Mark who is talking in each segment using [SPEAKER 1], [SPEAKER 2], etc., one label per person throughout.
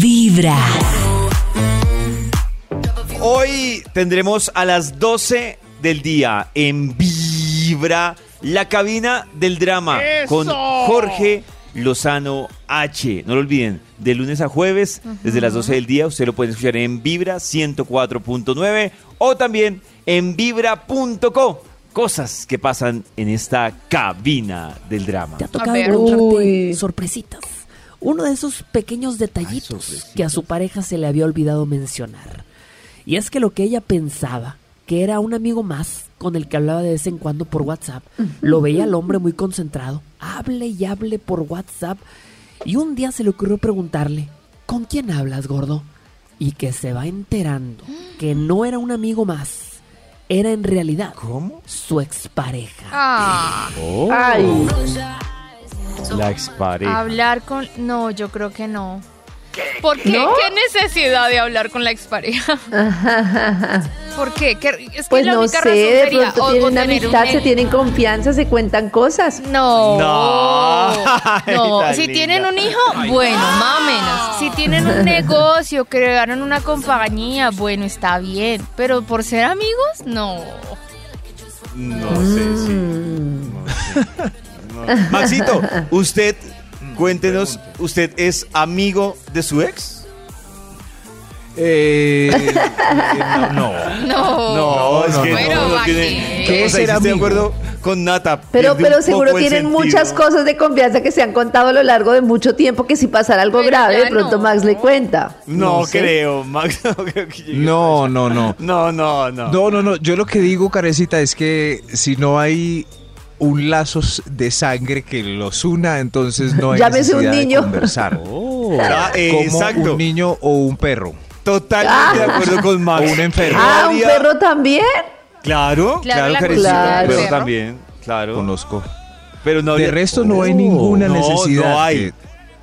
[SPEAKER 1] Vibra.
[SPEAKER 2] Hoy tendremos a las 12 del día en Vibra la cabina del drama con Jorge Lozano H. No lo olviden, de lunes a jueves, desde las 12 del día, usted lo pueden escuchar en Vibra 104.9 o también en vibra.co. Cosas que pasan en esta cabina del drama.
[SPEAKER 1] Te ha tocado
[SPEAKER 3] ver.
[SPEAKER 1] encontrarte
[SPEAKER 4] Uy.
[SPEAKER 1] sorpresitas. Uno de esos pequeños
[SPEAKER 2] Ay,
[SPEAKER 1] detallitos
[SPEAKER 2] sorpresitas.
[SPEAKER 1] que a su pareja se le había olvidado mencionar. Y es que lo que ella pensaba, que era un amigo más con el que hablaba de vez en cuando por WhatsApp, lo veía al hombre muy concentrado, hable y hable por WhatsApp. Y un día se le ocurrió preguntarle, ¿con quién hablas, gordo? Y que se va enterando que no era un amigo más, era en realidad
[SPEAKER 2] ¿Cómo?
[SPEAKER 1] su expareja.
[SPEAKER 3] Ah,
[SPEAKER 2] Oh.
[SPEAKER 4] Ay,
[SPEAKER 2] La expareja.
[SPEAKER 3] hablar con. No, yo creo que no. ¿Por qué? ¿Qué necesidad de hablar con la expareja? ¿Por qué? ¿Qué- Es que
[SPEAKER 4] pues
[SPEAKER 3] la
[SPEAKER 4] no
[SPEAKER 3] única
[SPEAKER 4] sé,
[SPEAKER 3] razón
[SPEAKER 4] de
[SPEAKER 3] sería
[SPEAKER 4] pronto
[SPEAKER 3] o- o
[SPEAKER 4] tienen
[SPEAKER 3] tener un
[SPEAKER 4] amistad, se
[SPEAKER 3] ex.
[SPEAKER 4] tienen confianza, se cuentan cosas.
[SPEAKER 3] No.
[SPEAKER 2] No. Ay,
[SPEAKER 3] No.
[SPEAKER 2] tan
[SPEAKER 3] Si
[SPEAKER 2] linda.
[SPEAKER 3] tienen un hijo, bueno, más o menos. Si tienen un negocio, crearon una compañía, bueno, está bien. Pero por ser amigos, no.
[SPEAKER 2] No sé, sí. No sé. Mm, No. Maxito, usted, cuéntenos, ¿usted es amigo de su ex?
[SPEAKER 5] Eh, no, no.
[SPEAKER 3] No.
[SPEAKER 5] No, es que
[SPEAKER 3] Pero,
[SPEAKER 2] no
[SPEAKER 3] Maxi.
[SPEAKER 2] tiene- o
[SPEAKER 5] ¿Qué
[SPEAKER 2] sea,
[SPEAKER 5] es ser
[SPEAKER 2] sí estoy de
[SPEAKER 5] amigo?
[SPEAKER 2] acuerdo con Nata. pierde
[SPEAKER 4] Pero, pero
[SPEAKER 2] un poco
[SPEAKER 4] seguro
[SPEAKER 2] el
[SPEAKER 4] tienen
[SPEAKER 2] sentido.
[SPEAKER 4] muchas cosas de confianza que se han contado a lo largo de mucho tiempo que si pasara algo
[SPEAKER 3] Pero
[SPEAKER 4] grave,
[SPEAKER 3] ya
[SPEAKER 4] de pronto
[SPEAKER 3] no.
[SPEAKER 4] Max le cuenta.
[SPEAKER 2] No,
[SPEAKER 4] sé.
[SPEAKER 2] creo, Max. No, creo que llegue.
[SPEAKER 5] No, no, no.
[SPEAKER 2] no, no, no.
[SPEAKER 5] No, no, no. Yo lo que digo, Carecita, es que si no hay un lazo de sangre que los una, entonces no hay
[SPEAKER 4] Llámese un
[SPEAKER 5] necesidad
[SPEAKER 4] niño.
[SPEAKER 5] de conversar.
[SPEAKER 2] Ah, eh,
[SPEAKER 5] Como
[SPEAKER 2] exacto.
[SPEAKER 5] un niño o un perro.
[SPEAKER 2] Totalmente de acuerdo con Max.
[SPEAKER 5] O un enfermo.
[SPEAKER 4] Ah, un
[SPEAKER 2] Haría-
[SPEAKER 4] perro también.
[SPEAKER 2] Claro,
[SPEAKER 3] Claro,
[SPEAKER 2] claro,
[SPEAKER 3] la
[SPEAKER 2] Karencita,
[SPEAKER 4] curiosidad del
[SPEAKER 2] un perro
[SPEAKER 3] perro.
[SPEAKER 2] también, claro.
[SPEAKER 5] Conozco.
[SPEAKER 2] Pero no
[SPEAKER 5] De
[SPEAKER 2] habría-
[SPEAKER 5] resto no hay ninguna
[SPEAKER 2] No,
[SPEAKER 5] necesidad
[SPEAKER 2] No hay.
[SPEAKER 5] que-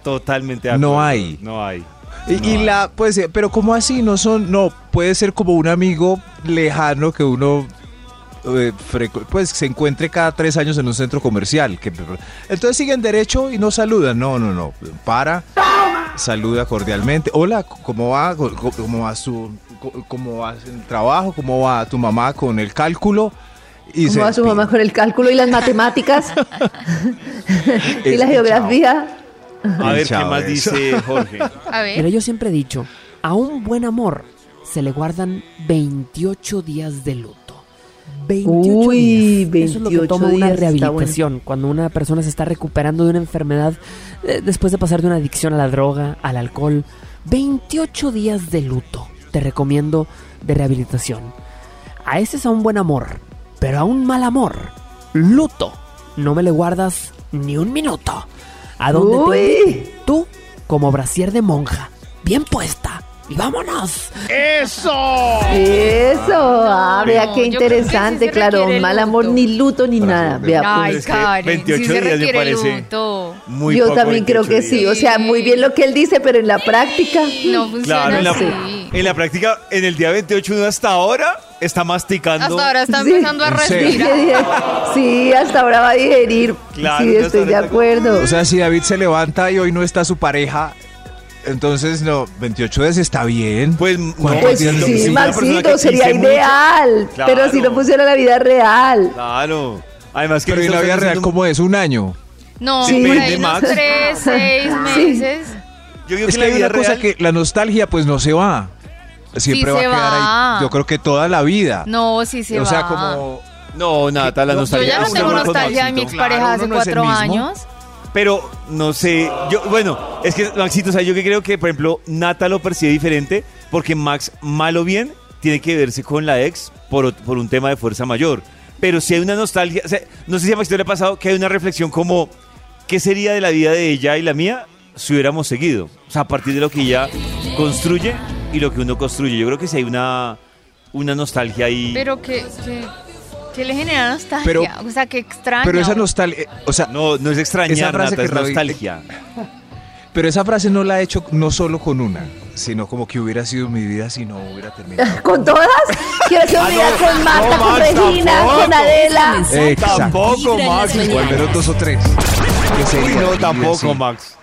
[SPEAKER 2] Totalmente de
[SPEAKER 5] No
[SPEAKER 2] acuerdo,
[SPEAKER 5] hay.
[SPEAKER 2] No hay.
[SPEAKER 5] Y,
[SPEAKER 2] No
[SPEAKER 5] y
[SPEAKER 2] hay.
[SPEAKER 5] la, pues, eh, pero ¿cómo así? No son, no, puede ser como un amigo lejano que uno eh, frecu- pues se encuentre cada tres años en un centro comercial. Que, entonces siguen derecho y no saludan. No, no, no. Para, saluda cordialmente. Hola, ¿cómo va? ¿Cómo- ¿Cómo va su, cómo va el trabajo? ¿Cómo va tu mamá con el cálculo? Y se
[SPEAKER 4] Como a su
[SPEAKER 5] despide.
[SPEAKER 4] mamá con el cálculo y las matemáticas y la
[SPEAKER 5] Chao.
[SPEAKER 4] geografía.
[SPEAKER 2] A ver qué
[SPEAKER 5] Chao,
[SPEAKER 2] más
[SPEAKER 5] eso.
[SPEAKER 2] dice Jorge.
[SPEAKER 3] A
[SPEAKER 1] Mira,
[SPEAKER 3] ver.
[SPEAKER 1] yo siempre he dicho, a un buen amor se le guardan 28 días de luto. 28
[SPEAKER 4] Uy,
[SPEAKER 1] días. Eso es lo que
[SPEAKER 4] 28
[SPEAKER 1] toma una
[SPEAKER 4] días, está bueno.
[SPEAKER 1] rehabilitación. Cuando una persona se está recuperando de una enfermedad eh, después de pasar de una adicción a la droga, al alcohol. 28 días de luto. Te recomiendo de rehabilitación. A ese es a un buen amor, pero a un mal amor, luto, no me le guardas ni un minuto. ¿A dónde
[SPEAKER 4] Uy.
[SPEAKER 1] te invito? Tú, como brasier de monja, bien puesta. Y vámonos.
[SPEAKER 4] Eso, ah,
[SPEAKER 3] No,
[SPEAKER 4] vea
[SPEAKER 3] no,
[SPEAKER 4] qué
[SPEAKER 3] yo creo que sí
[SPEAKER 4] interesante,
[SPEAKER 3] se
[SPEAKER 4] claro,
[SPEAKER 3] requiere el
[SPEAKER 4] mal amor,
[SPEAKER 3] luto.
[SPEAKER 4] ni luto ni
[SPEAKER 5] Para
[SPEAKER 4] nada.
[SPEAKER 5] ser
[SPEAKER 4] Vea,
[SPEAKER 5] de-
[SPEAKER 4] pues.
[SPEAKER 3] Ay,
[SPEAKER 2] es que
[SPEAKER 3] Karen,
[SPEAKER 2] 28
[SPEAKER 3] sí se
[SPEAKER 2] días me
[SPEAKER 3] requiere
[SPEAKER 2] parece.
[SPEAKER 3] luto.
[SPEAKER 2] Muy
[SPEAKER 4] Yo
[SPEAKER 2] poco
[SPEAKER 4] también creo que
[SPEAKER 2] 28
[SPEAKER 4] sí,
[SPEAKER 2] días.
[SPEAKER 4] o sea, muy bien lo que él dice, pero en la práctica.
[SPEAKER 3] No funciona
[SPEAKER 2] Claro, en la,
[SPEAKER 3] así.
[SPEAKER 2] en la práctica, en el día 28 uno hasta ahora está masticando.
[SPEAKER 3] Hasta ahora está
[SPEAKER 4] Sí.
[SPEAKER 3] empezando a
[SPEAKER 5] ¿En serio?
[SPEAKER 4] Sí,
[SPEAKER 3] respirar.
[SPEAKER 4] sí, hasta ahora va a digerir.
[SPEAKER 2] Claro,
[SPEAKER 4] sí,
[SPEAKER 2] hasta
[SPEAKER 4] estoy de
[SPEAKER 2] ahora está-
[SPEAKER 4] acuerdo.
[SPEAKER 5] O sea, si David se levanta y hoy no está su pareja, entonces no, 28 días está bien.
[SPEAKER 2] Pues, no,
[SPEAKER 5] ¿Cuántos
[SPEAKER 4] pues
[SPEAKER 5] días
[SPEAKER 2] lo
[SPEAKER 5] que
[SPEAKER 2] que
[SPEAKER 4] sí,
[SPEAKER 2] sí,
[SPEAKER 5] sí?
[SPEAKER 2] una persona que
[SPEAKER 4] Maxito, sería
[SPEAKER 2] exige mucho.
[SPEAKER 4] ideal.
[SPEAKER 2] Claro.
[SPEAKER 4] Pero si no funciona la vida real.
[SPEAKER 2] Claro. Además que
[SPEAKER 5] Pero en la
[SPEAKER 2] estamos
[SPEAKER 5] vida real,
[SPEAKER 2] haciendo-
[SPEAKER 5] ¿cómo es? ¿Un año?
[SPEAKER 3] No,
[SPEAKER 4] Sí.
[SPEAKER 3] por
[SPEAKER 2] Depende,
[SPEAKER 3] ahí unos
[SPEAKER 2] Max.
[SPEAKER 3] tres, seis
[SPEAKER 4] Sí.
[SPEAKER 3] meses.
[SPEAKER 2] Yo digo que
[SPEAKER 5] Es que
[SPEAKER 2] la
[SPEAKER 5] hay
[SPEAKER 2] vida
[SPEAKER 5] una cosa
[SPEAKER 2] real
[SPEAKER 5] que la nostalgia pues no se va.
[SPEAKER 3] Sí
[SPEAKER 5] Siempre va a
[SPEAKER 3] se
[SPEAKER 5] quedar
[SPEAKER 3] va.
[SPEAKER 5] ahí. Yo creo que toda la vida.
[SPEAKER 3] No, sí se
[SPEAKER 5] o
[SPEAKER 3] va.
[SPEAKER 5] sea, como...
[SPEAKER 2] No, nada, la
[SPEAKER 5] Yo
[SPEAKER 3] Yo
[SPEAKER 2] nostalgia.
[SPEAKER 3] ya no
[SPEAKER 2] uno
[SPEAKER 3] tengo
[SPEAKER 2] va con
[SPEAKER 3] nostalgia de mi
[SPEAKER 2] Maxito.
[SPEAKER 3] expareja
[SPEAKER 5] Claro,
[SPEAKER 3] hace
[SPEAKER 5] uno no es el
[SPEAKER 3] cuatro
[SPEAKER 5] mismo.
[SPEAKER 3] años.
[SPEAKER 2] Pero no sé, yo, bueno, es que Maxito, o sea, yo que creo que, por ejemplo, Nata lo percibe diferente, porque Max, mal o bien, tiene que verse con la ex por, ot- por un tema de fuerza mayor. Pero si hay una nostalgia, o sea, no sé si a Maxito le ha pasado que hay una reflexión como, ¿qué sería de la vida de ella y la mía si hubiéramos seguido? O sea, a partir de lo que ella construye y lo que uno construye. Yo creo que si hay una, una nostalgia ahí.
[SPEAKER 3] Pero que, que, que le genera nostalgia.
[SPEAKER 5] Pero-
[SPEAKER 3] o sea, que extraña.
[SPEAKER 5] Pero esa nostalgia... O sea,
[SPEAKER 2] no, no es
[SPEAKER 5] Esa
[SPEAKER 2] extrañar,
[SPEAKER 5] frase
[SPEAKER 2] Nata,
[SPEAKER 5] que
[SPEAKER 2] es
[SPEAKER 5] Ravi-
[SPEAKER 2] nostalgia.
[SPEAKER 5] pero esa frase no la he hecho no solo con una, sino como que hubiera sido mi vida si no hubiera terminado.
[SPEAKER 4] ¿Con todas? Quiero ser unida con Marta,
[SPEAKER 2] Ah, no,
[SPEAKER 4] con
[SPEAKER 2] Max,
[SPEAKER 4] Regina,
[SPEAKER 2] tampoco.
[SPEAKER 4] con Adela.
[SPEAKER 1] Exacto.
[SPEAKER 5] Eh, Exacto.
[SPEAKER 2] Tampoco,
[SPEAKER 1] Vibra
[SPEAKER 5] Ah,
[SPEAKER 1] en las
[SPEAKER 2] Max.
[SPEAKER 5] O al menos dos o tres. ¿Qué sería
[SPEAKER 2] Uy,
[SPEAKER 5] de mi
[SPEAKER 2] no,
[SPEAKER 5] vida
[SPEAKER 2] tampoco,
[SPEAKER 5] si-
[SPEAKER 2] Max.